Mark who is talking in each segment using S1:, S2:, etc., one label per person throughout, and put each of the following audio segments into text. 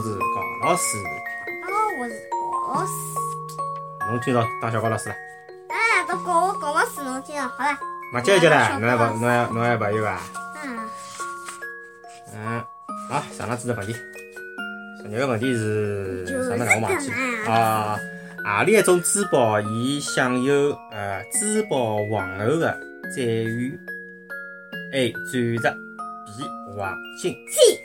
S1: 师，
S2: 哦，我是教师。
S1: 侬今朝当小高老师了，
S2: 哎，都教我教老师，侬今朝好了。
S1: 买姐姐了，侬还朋侬还侬还朋友伐？
S2: 嗯，
S1: 嗯，好，上浪子的问题，十二个问题是
S2: 嗯就是
S1: 啥么让我忘记了
S2: 这个嘛
S1: 啊？何里一种珠宝伊享有呃珠宝皇后的赞誉？A. 钻石，B. 黄金
S2: 西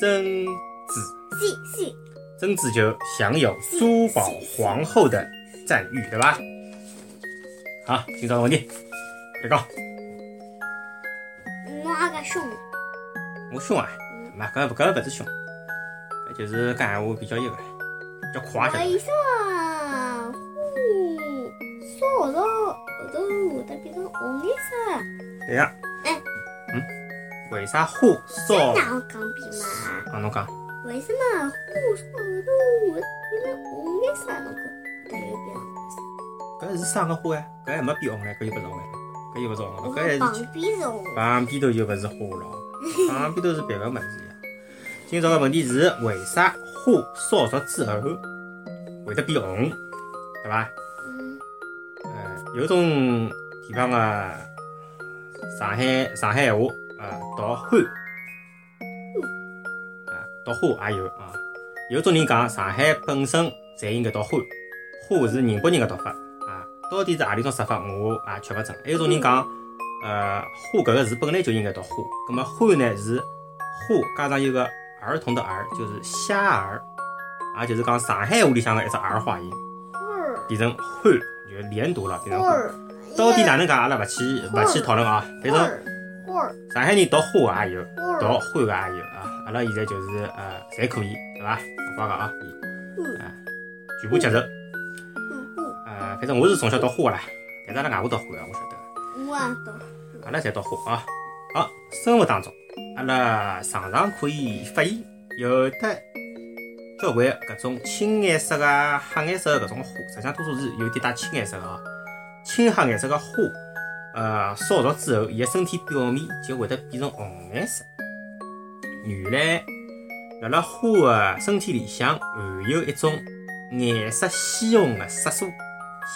S1: 珍珠，
S2: 西西，
S1: 珍珠就享有珠宝皇后的赞誉，对吧？好，今朝的问题，别讲，
S2: 侬也敢凶我？
S1: 我凶啊！没，搿搿个勿是凶，搿就是讲闲话比较一个，比较快晓得伐。
S2: 为啥我烧后头后头会得变成红颜色？
S1: 对呀。
S2: 哎
S1: 嗯，为啥花烧
S2: 真？让我讲遍嘛？
S1: 啊，侬讲，
S2: 为什么火烧后头会变成红颜色？侬觉得有变红色？
S1: 搿是生个花呀，搿还没变红呢，搿又勿是红了，搿又勿是红了，搿还是
S2: 旁边是红的，
S1: 旁边头就勿是花了，旁边头是别个物事呀。今朝个问题是为啥花烧熟之后会得变红，对伐？
S2: 嗯，
S1: 呃，有种地方个上海上海闲话啊，桃花啊，桃花也有啊。有种人讲上海本身侪应该桃花，花是宁波人个读法啊，到底是何里种说法，我也吃勿准。还有种人讲，呃，花搿个字本来就应该读花，葛末花呢是花加上一个儿童的儿，就是虾儿，也就是讲上海话里向个一只儿化音。
S2: 二
S1: 变成欢，就是连读了，变成欢。
S2: 二，
S1: 到底哪能讲，阿拉勿去勿去讨论啊。反正
S2: 二二
S1: 上海人读花也有，
S2: 二
S1: 读欢个也有啊。阿拉现在就是呃，侪可以，对伐？我讲讲啊，
S2: 嗯
S1: 全部接受。
S2: 嗯嗯
S1: 呃，反正我是从小读花啦，但是阿拉外婆读花个，我晓得。
S2: 我也懂。
S1: 阿拉侪读花啊。好，生活当中，阿拉常常可以发现有的交关搿种青颜色啊、黑颜色的搿种花，实际上多数是有点带青颜色的啊。青黑颜色的花，呃，烧熟之后，伊个身体表面就会得变成红颜色。原来，辣辣花个身体里向含有一种颜色鲜红的色素，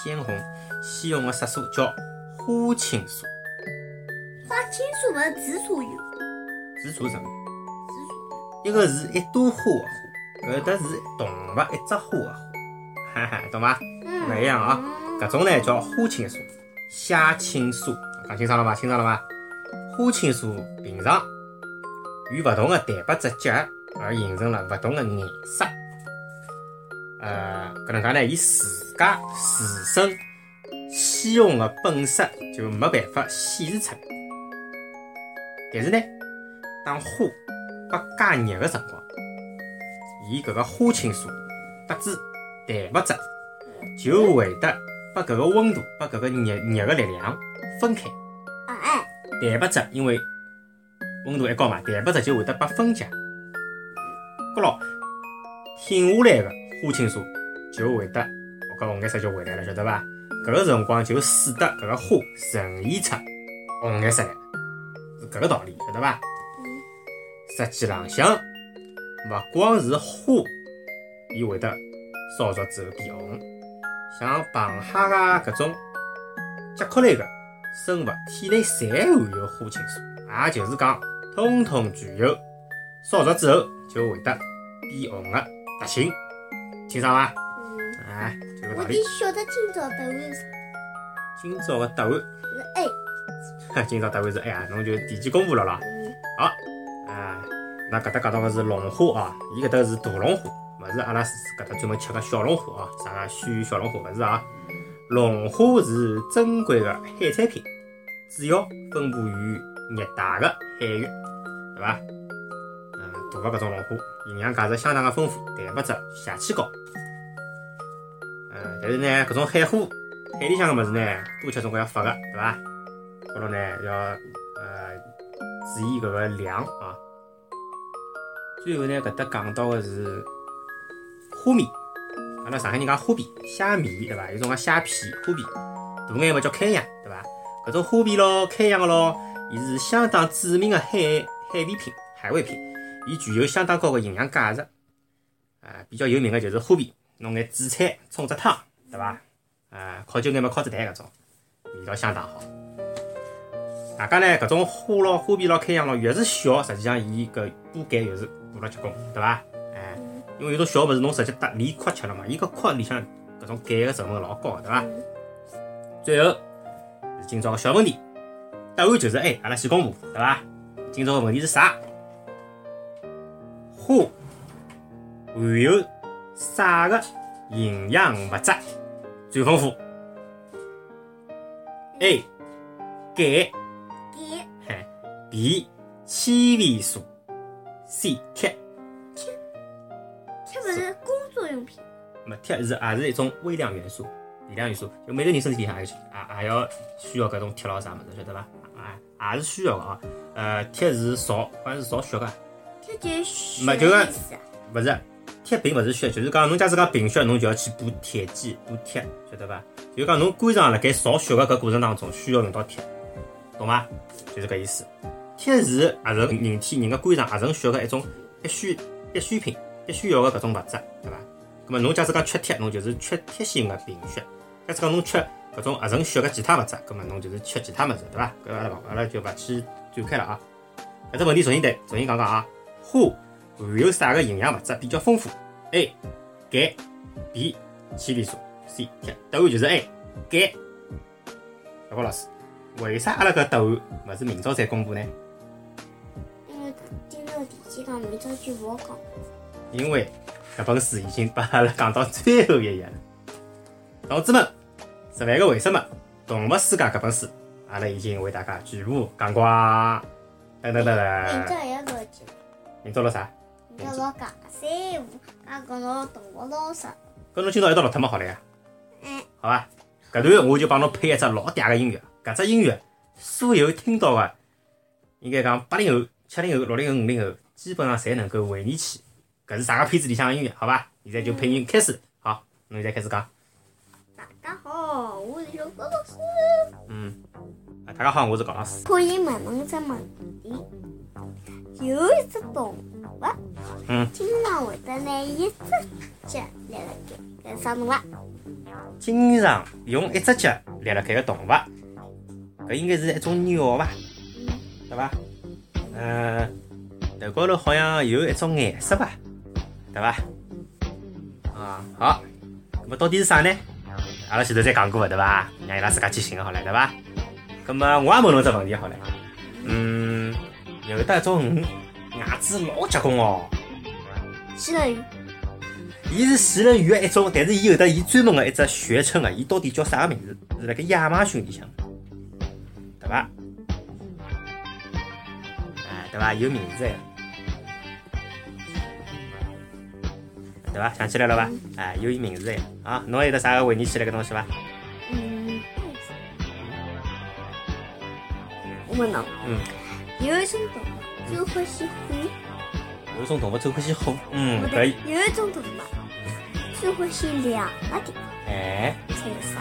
S1: 鲜红鲜红的色素叫花青素。
S2: 花青素勿是紫苏油，
S1: 是做什么？
S2: 紫苏
S1: 一个是一朵花的花，搿搭是动物一只花的花，哈哈，懂伐？
S2: 油
S1: 勿一样啊。
S2: 嗯
S1: 搿种呢叫花青素、虾青素，讲清爽了伐？清爽了伐？花青素平常与勿同的蛋白质结合而形成了勿同的颜色。呃，搿能介呢，伊自家自身鲜红的本色就没办法显示出来。但是呢，当花被加热的辰光，伊搿个花青素得知蛋白质就会得把搿个温度、把搿个热热个力量分开。
S2: 啊哎，
S1: 蛋白质因为温度一高嘛，蛋白质就会得被分解。搿咯，停下来个花青素就会得，搿红颜色就回来了，晓得伐？搿个辰光就使得搿个花呈现出红颜色来，是搿个道理，晓得伐？实际浪向，勿光是花，伊会得烧熟之后变红，像螃蟹啊搿种甲壳类个生物体内侪含有花青素，也就是讲，通通具有烧熟之后就会得变红个特性，清爽伐？
S2: 嗯，
S1: 哎，就搿道
S2: 我
S1: 理
S2: 得。晓得今朝答案是哎
S1: 今朝个答案，
S2: A，
S1: 今朝答案是哎呀，侬就提前公布了啦。
S2: 嗯，
S1: 啊，那搿搭讲到个是龙虾啊，伊搿搭是大龙虾，勿是阿拉搿搭专门吃个小龙虾啊，啥个须臾小龙虾勿是啊。龙虾是珍贵的海产品，主要分布于热带的海域，对伐？嗯，大个搿种龙虾，营养价值相当的丰富，蛋白质邪气高。嗯，但是呢，搿种海货，海里向个物事呢，多吃总归要发个，对伐？高头呢要呃注意搿个量啊。最后呢，搿搭讲到个是虾米，阿拉上海人讲虾皮、虾米对伐？有种讲虾皮、虾皮，大眼嘛叫开洋对伐？搿种虾皮咯、开洋个咯，伊是相当著名个海海味品、海味品，伊具有相当高个营养价值。呃，比较有名个就是花皮，弄眼紫菜冲只汤，对伐？呃，烤酒眼嘛烤只蛋搿种，味道相当好。大家呢，搿种花咯、花皮咯、开阳咯，越是小，实际上伊搿补钙越是补了结棍，对伐？哎，因为有种小物事侬直接搭面壳吃了嘛，伊搿壳里向搿种钙个成分老高，对伐？最后是今朝个小问题，答案就是哎，阿拉先公布，对伐？今朝个问题是啥？花含有啥个营养物质最丰富？A.
S2: 哎
S1: 钙
S2: 给
S1: 嘿，B. 纤维素，C. 铁。
S2: 这不是工作用品，
S1: 那么铁是也是一种微量元素，微量元素就每个人身体里向也也也啊要需要搿种铁咯啥物事，晓得伐？啊，也是需要个啊。呃，铁是少，好像是少血个，
S2: 这就是血
S1: 没就
S2: 的
S1: 是
S2: 意思啊。
S1: 勿是铁并勿是血，就是讲侬假使讲贫血，侬就要去补铁剂、补铁，晓得伐？就是讲侬肝脏辣盖造血个搿过程当中需要用到铁，懂伐？就是搿意思。铁是合成人体啊人个肝脏合成血个一种必需必需品、必须要个搿种物质，对伐？葛末侬假使讲缺铁，侬就是缺铁性个贫血；假使讲侬缺搿种合成血个其他物质，葛末侬就是缺其他物事，对伐？搿阿拉勿阿拉就勿去展开了啊。搿只问题重新对，重新讲讲啊。花含有啥个营养物质比较丰富？A. 钙 B. 纤维素 C. 铁。答案就是 A. 钙。小高老师，为啥阿拉搿答案勿是明朝才公布呢？
S2: 因为今朝提前讲，明朝就勿好讲。
S1: 因为搿本书已经把阿拉讲到最后一页了。同志们，《十万个为什么》《动物世界》搿本书，阿拉已经为大家全部讲光。噔噔噔
S2: 明朝
S1: 噔，
S2: 也勿要紧，
S1: 明朝了啊啥？
S2: 明朝老讲三五，讲讲到动物老啥。
S1: 搿侬今朝一道落脱嘛好了呀？
S2: 嗯，
S1: 好伐？搿段我就帮侬配一只老嗲个音乐，搿只音乐所有听到个，应该讲八零后、七零后、六零后、五零后，基本上侪能够回忆起搿是啥个片子里向个音乐，好伐？现在就配音开始，好，侬现在开始讲。
S2: 大家好，我是小高老师。
S1: 嗯，啊，大家好，我是高老师。
S2: 可以问侬只问题，有一只动物，
S1: 嗯，
S2: 经常会得拿一只脚立辣盖，搿是啥动物？
S1: 经常啊用一只脚立辣盖个动物，搿应该是一种鸟伐？对伐？呃，头高头好像有一种颜色伐？对伐？啊，好，那么到底是啥呢？阿拉前头再讲过的对伐？让伊拉自家去寻好了，对伐？那么我也问侬只问题好了，嗯，有得一种鱼，牙齿老结棍哦。
S2: 食人鱼。
S1: 伊是食人鱼的一种，但是伊有得伊专门的一只学称啊，伊到底叫啥个名字？是辣盖亚马逊里向，对伐？哎，对伐？有名字呀，对伐？想起来了伐？哎，有伊名字呀。啊，侬还有得啥个回忆起来个东西伐？
S2: 嗯，我问侬，
S1: 嗯，
S2: 有一种动物最欢喜虎，
S1: 有一种动物最欢喜虎。嗯
S2: 不，
S1: 可
S2: 对
S1: 以。，
S2: 有一种动物最欢喜两个地方，
S1: 哎，
S2: 猜是啥？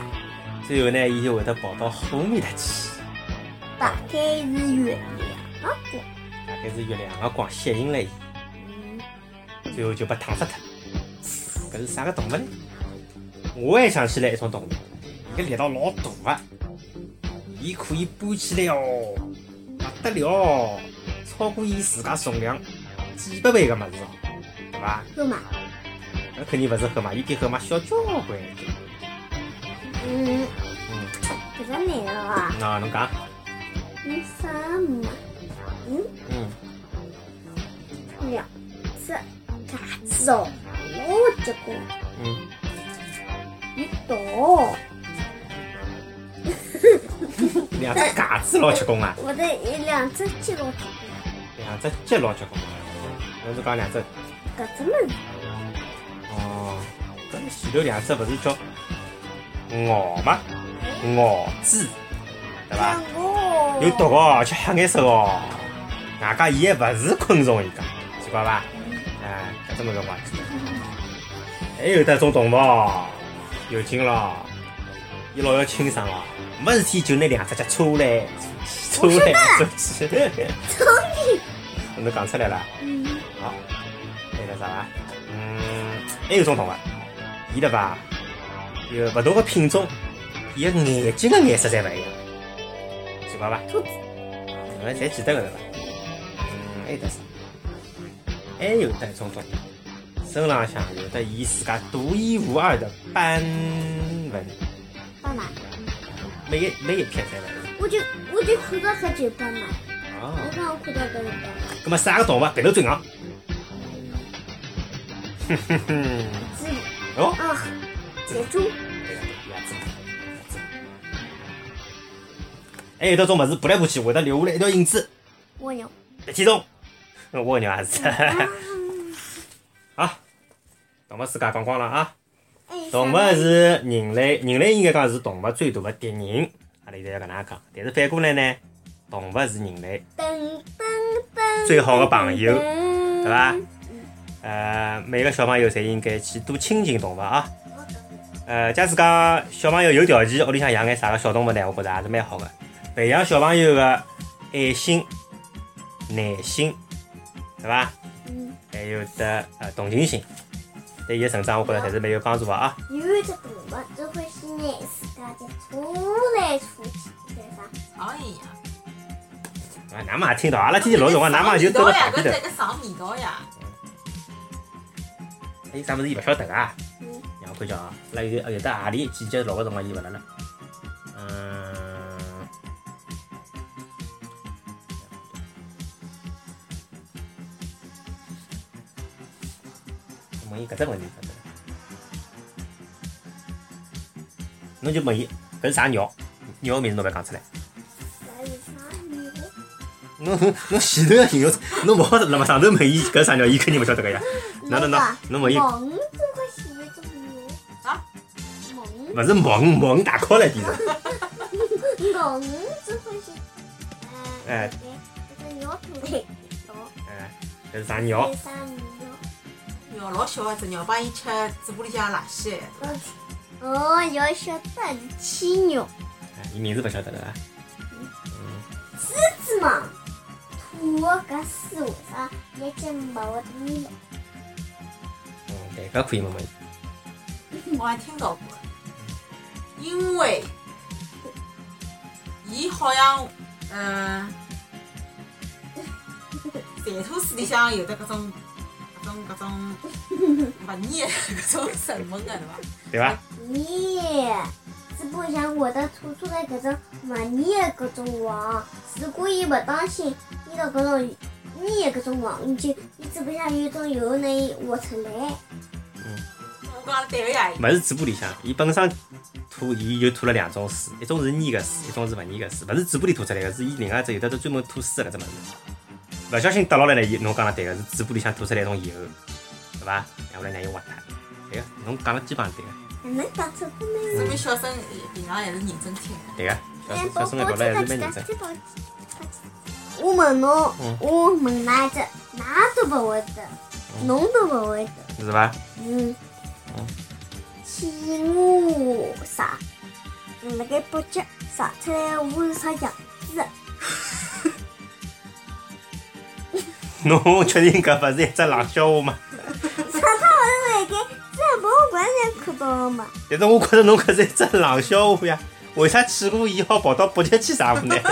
S1: 最后呢，伊就会得跑到虎面搭去，
S2: 大概是月亮啊，光。
S1: 大概是月亮个光吸引了伊。
S2: 嗯，
S1: 最后就被烫死脱。搿是啥个动物呢？我也想起来一种动物，伊个力道老大啊，伊可以搬起来哦，不得了哦，超过伊自家重量几百倍个物事哦，对伐？
S2: 干嘛？
S1: 搿肯定勿是河马，伊比河马小交关一点。
S2: 嗯，
S1: 嗯，
S2: 搿个难的啊，
S1: 那侬讲，
S2: 你啥嘛？嗯，
S1: 嗯，
S2: 两只牙齿哦，老结棍，
S1: 嗯，
S2: 你懂？
S1: 两只架子老结棍啊，
S2: 我的有两只脚老结棍。
S1: 两只脚老结棍啊，侬是讲两只？
S2: 搿只物事
S1: 哦，搿前头两只勿是叫螯吗？螯子，对伐？
S2: 啊我
S1: 有毒哦，而且黑颜色哦。外加伊还勿是昆虫，伊讲奇怪伐？哎，搿只物事我也记得。还有得种动物哦，有劲咯，伊老要清爽哦，没事体就拿两只脚抽来抽去，抽来抽去。
S2: 聪明。
S1: 侬讲出来了，
S2: 嗯，
S1: 好，还有得啥伐？嗯，还有一种动物，伊对伐？有勿同个品种，伊个眼睛个颜色侪勿一样，记光伐？
S2: 兔子，
S1: 侬们侪记得个对伐？嗯，还有得啥？还有得一种动物，身浪向有得伊自家独一无二的斑纹，
S2: 斑马，
S1: 每一每一片侪勿一样。
S2: 我就我就看到它就斑马，我
S1: 哦，
S2: 刚刚看到它是斑马，
S1: 葛末啥个动物鼻头最硬？哼哼哼，
S2: 自己
S1: 哦，
S2: 啊，铁柱，
S1: 对个，鸭子，鸭子。还有得哎种物事爬来爬去，会得留下来一条影子，哎
S2: 蜗牛，
S1: 别激动，蜗牛也是。
S2: 啊
S1: 啊，动物世界讲光了啊。
S2: 哎
S1: 动物是人类，人类应该讲是动物最大的敌人。啊阿拉现在要搿能介讲，但是反过来呢，动物是人类
S2: 噔噔噔，
S1: 最好的朋友
S2: 对
S1: 对伐？呃，每个小朋友侪应该去多亲近动物啊。呃，假使讲小朋友有条件，屋里向养眼啥个小动物呢，我觉着也是蛮好的，培养小朋友的爱心、耐心，对伐？
S2: 嗯，
S1: 还有得呃同情心，对伊的成长，我觉着侪是蛮有帮助的啊。
S2: 有一只动物，这会是拿自家的从来出去，对伐？
S3: 苍蝇呀，
S1: 啊，哪嘛也听到，阿拉天天老辰光，哪嘛就蹲辣旁边
S3: 搿
S1: 头
S3: 是。一个啥味道呀？
S1: 还有啥物事伊勿晓得啊？
S2: 嗯，
S1: 让我看一下啊，阿拉有有得何里季节老个辰光伊勿辣了？嗯，问伊搿只问题，搿只问题。侬就问伊搿是啥鸟？鸟个名字侬勿要讲出来。
S2: 还有啥
S1: 侬侬侬前
S2: 牛？
S1: 头个鸟，侬勿好辣么上头问伊搿是啥鸟，伊肯定勿晓得个呀。哪能哪侬问伊
S2: 萌这会是一种牛？
S3: 啊？
S2: 萌
S1: 勿是毛鱼毛鱼大考了地上。
S2: 萌这会是？
S1: 哎
S2: 呃，这个鸟种类多，
S1: 哎，搿是啥鸟
S2: 有？啥牛？
S3: 鸟老小个只鸟，帮伊吃嘴巴里向垃圾。
S2: 哦，要晓得是犀牛，
S1: 哎伊名字勿晓得了啊。
S2: 是吗？土搿是为啥？一只毛的米
S1: 嗯，对，搿可以问问伊。
S3: 我还听到过，因为伊好像呃，馋吐水里向有的搿种搿种搿种勿腻的搿种成分个对伐？
S1: 对伐？
S2: 耶，是不想我的吐出来搿种蛮腻的搿种网，如果伊勿当心遇到搿种腻的搿种网，你就你嘴巴上有种油能挖出来。
S3: 我讲了对个呀，
S1: 物事嘴巴里向，伊本身吐，伊就吐了两种水，一种是黏个水，一种是勿黏个水，勿是嘴巴里吐出来个，是伊另外一只有的只专门吐水个搿只物事。勿小心得牢了呢，伊侬讲了对个，是嘴巴里向吐出来一种油，对伐？然后来让伊挖脱。对个，侬讲了基本上对个，
S2: 哪能讲出个呢？
S3: 说明小生平常还是认真听的。
S1: 对个。小
S2: 哎
S1: 生小生来搞了还是蛮认真。
S2: 我问侬
S1: 嗯，
S2: 我问哪只，哪都勿会得，侬都勿会得。
S1: 是伐？
S2: 嗯
S1: 嗯，
S2: 起雾啥？辣盖北极晒出来的雾是啥样子？
S1: 侬确定搿勿是一只冷笑话吗？
S2: 啥啥我都辣盖，这博物馆才看到的嘛。
S1: 但是我觉着侬搿是一只冷笑话呀，为啥去过以后跑到北极去啥物呢？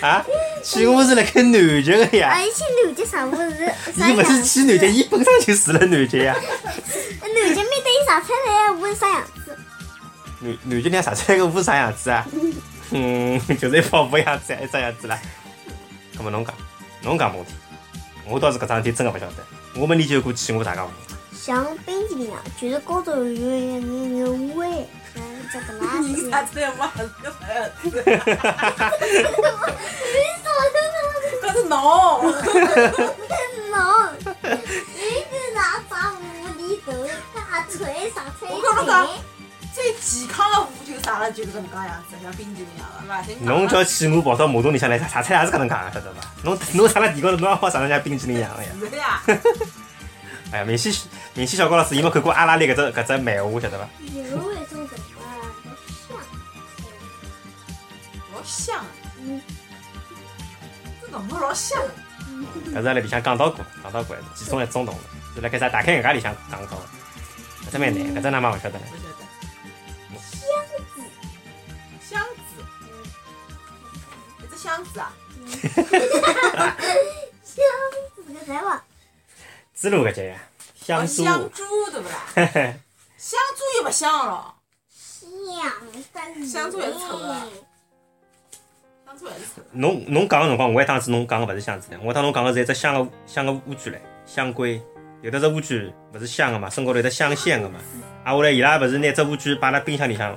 S1: 啊，去过是辣盖南极个哎呀
S2: 啊，，伊去南极啥雾是啥
S1: 伊
S2: 样
S1: 勿是
S2: 子？
S1: 去南极，伊本身就住辣南极呀。
S2: 南极面对伊晒出来的雾是啥样子？
S1: 南南极人家啥出来个屋啥样子啊？嗯， 就是一泡乌样子，一只样子啦。葛末侬讲，侬讲问题，我倒是搿桩事体真个勿晓得，我没研究过去，我啥讲问题？
S2: 像冰淇淋一样，就是高头有一眼眼味，像一只搿哪
S3: 人
S2: 子？
S3: 家在挖是个儿子，搿是侬。
S2: 侬，你是哪把无厘头大锤啥锤
S3: 我告诉他最健康的壶就是啥了，就是搿能介样子，像冰淇淋一样 的，对伐？
S1: 侬叫去我跑到马桶里向来，啥菜也是搿能介个，啊晓得伐？侬侬啥辣地高头，侬也好啥人家冰淇淋一样个呀？
S3: 是的呀，
S1: 哎呀，明显明显小高老师伊没看过阿拉力搿只搿只漫画，晓得伐？
S2: 有一种什么像，
S3: 老香，
S2: 嗯，
S3: 啊这动物老香。
S1: 搿是阿拉里向讲到过，讲到过，其中一种动物。是辣盖啥大开眼界里向讲到的，搿只蛮难，搿只哪嘛勿晓得呢？
S3: 不晓得。箱子，箱子，一只箱子啊，
S2: 箱子搿啥话？
S1: 猪猡搿节呀，香
S3: 哦
S1: 猪，
S3: 香猪对不啦？香猪又勿香了，
S2: 香
S3: 香
S2: 猪
S3: 猪也是臭的香猪还是臭的。
S1: 侬侬讲个辰光，我一趟子侬讲个勿是香子呢，我当侬讲个是一只香个香个乌龟唻，香龟。有的只乌龟勿是香个嘛，身高头有得香线个嘛。啊，后来伊拉勿是拿只乌龟摆辣冰箱里向，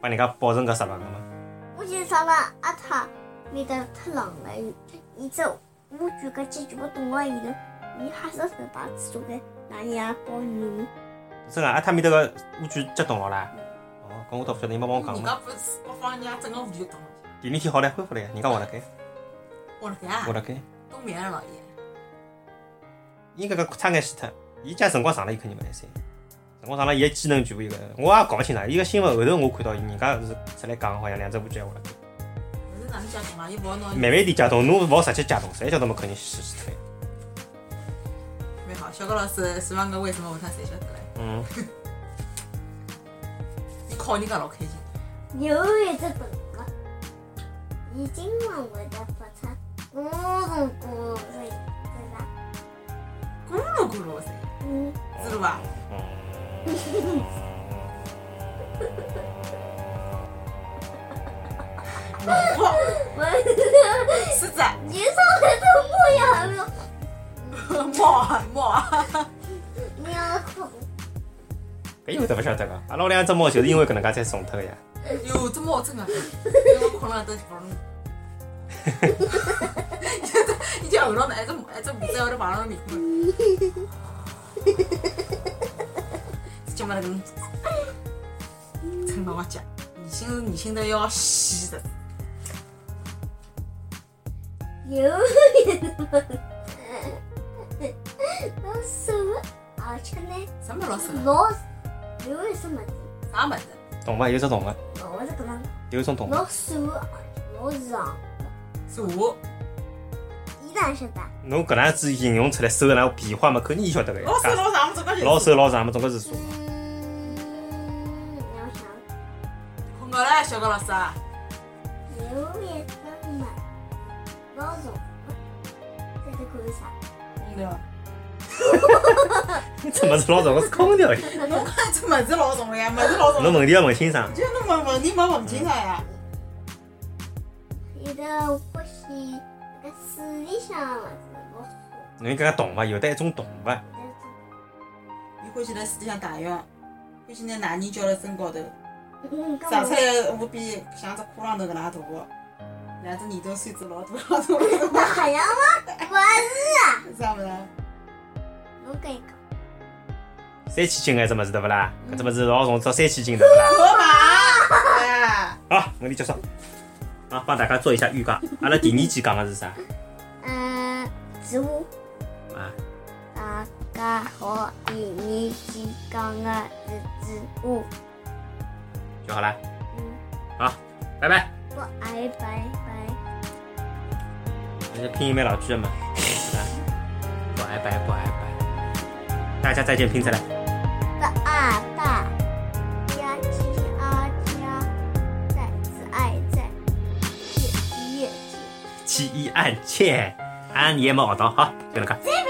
S1: 把人家保存搿十八个嘛。
S2: 我记得啥伐？阿塔面搭太冷了，伊只乌龟搿结局我冻了伊头，伊吓死死把自己给哪里也保暖。
S1: 真个，啊，他面搭个乌龟激动了啦。哦，搿我倒勿晓得，伊没帮我讲
S3: 人
S1: 嘛。
S3: 家不是北方人家整个屋就冻了，
S1: 第二天好了，恢复了呀，
S3: 嗯
S1: 人家活辣盖，
S3: 啊我了天
S1: 活
S3: 啊，
S1: 辣盖。
S3: 冻眠了老爷，
S1: 伊搿个差眼死脱，伊家辰光长了，伊肯定勿来三。辰光长了，伊个机能全部一个，我也搞勿清爽。伊个新闻后头我看到，人家是出来讲，好像两只乌龟还活辣盖。
S3: 不是哪能讲冻啊？又跑到
S1: 慢慢点解冻，侬勿好直接解冻，谁晓得么肯定死死脱呀。
S3: 蛮好。小高老师，希望搿为什么下趟侪晓得了？
S1: 嗯，
S3: 你考人家老开心，
S2: 有一只动物，伊经常会得发出咕噜咕噜声，对伐？
S3: 咕噜咕噜噻，
S2: 嗯，
S3: 知道伐？嗯不，
S2: 我你
S3: 狮子，
S2: 上来的模样了，
S3: 猫啊猫啊，
S2: 喵哭。
S1: 搿有得勿晓得个。阿拉屋里两只猫就是因为搿能介才送脱个呀。
S3: 哟，这猫真的，我困了都不能。 你就后头呢，一只一只母在后头旁边面困，就没得跟，真老讲，你心你心都要死的。
S2: 有一只动物，老瘦的，而且呢，
S3: 什么老师？
S2: 老有一只物事，
S3: 啥么子？
S1: 动物有只动物，
S2: 老是搿能，
S1: 有一种动物，
S2: 老瘦的，老长。
S3: 是我，
S2: 伊哪晓得？
S1: 侬搿能样子形容出来，手哪能变化嘛，肯定伊晓得个呀啊
S3: 老。师老啥？我怎么
S1: 老手老长嘛，总归是 数。
S2: 嗯，要想。
S3: 困觉了，小高老师啊，
S2: 牛也能买，老总，这就可以啥？
S3: 对伐？
S1: 怎么是老长？我是空 调呀。
S3: 侬看 这么子老重了呀，么子老重
S1: 侬。问题要问清爽。
S3: 就侬问问题没问清爽呀。
S2: 有的或许那个水里向的老鼠，
S1: 侬应该讲动物，有得一种动物，
S2: 但是
S3: 伊欢喜辣水里向汏浴，欢喜拿奶泥浇辣身高头，
S2: 嗯，搿
S3: 长出
S2: 么
S3: 来下边像只裤浪头搿能介大个，两只耳朵扇子老大老大
S2: 那
S3: 个，
S2: 还要吗？不是，
S3: 啥物事？
S2: 侬跟伊讲，
S1: 三千斤个只物事对勿啦？搿只物事老重，只三千斤对勿啦？
S3: 河马，哎，
S1: 好，问题结束。啊，帮大家做一下预告，阿拉第二期讲的是啥？
S2: 嗯，植物
S1: 啊，
S2: 大家好，第二期讲的是植物，
S1: 就好啦。
S2: 嗯，
S1: 好，拜拜。
S2: 不爱拜拜。
S1: 这拼音蛮老句的嘛，是吧？不爱拜不爱拜，大家再见，拼起来。
S2: 的二大，加七阿加，再次爱在，一一
S1: 七一按键，按你也没学到，好，就能个。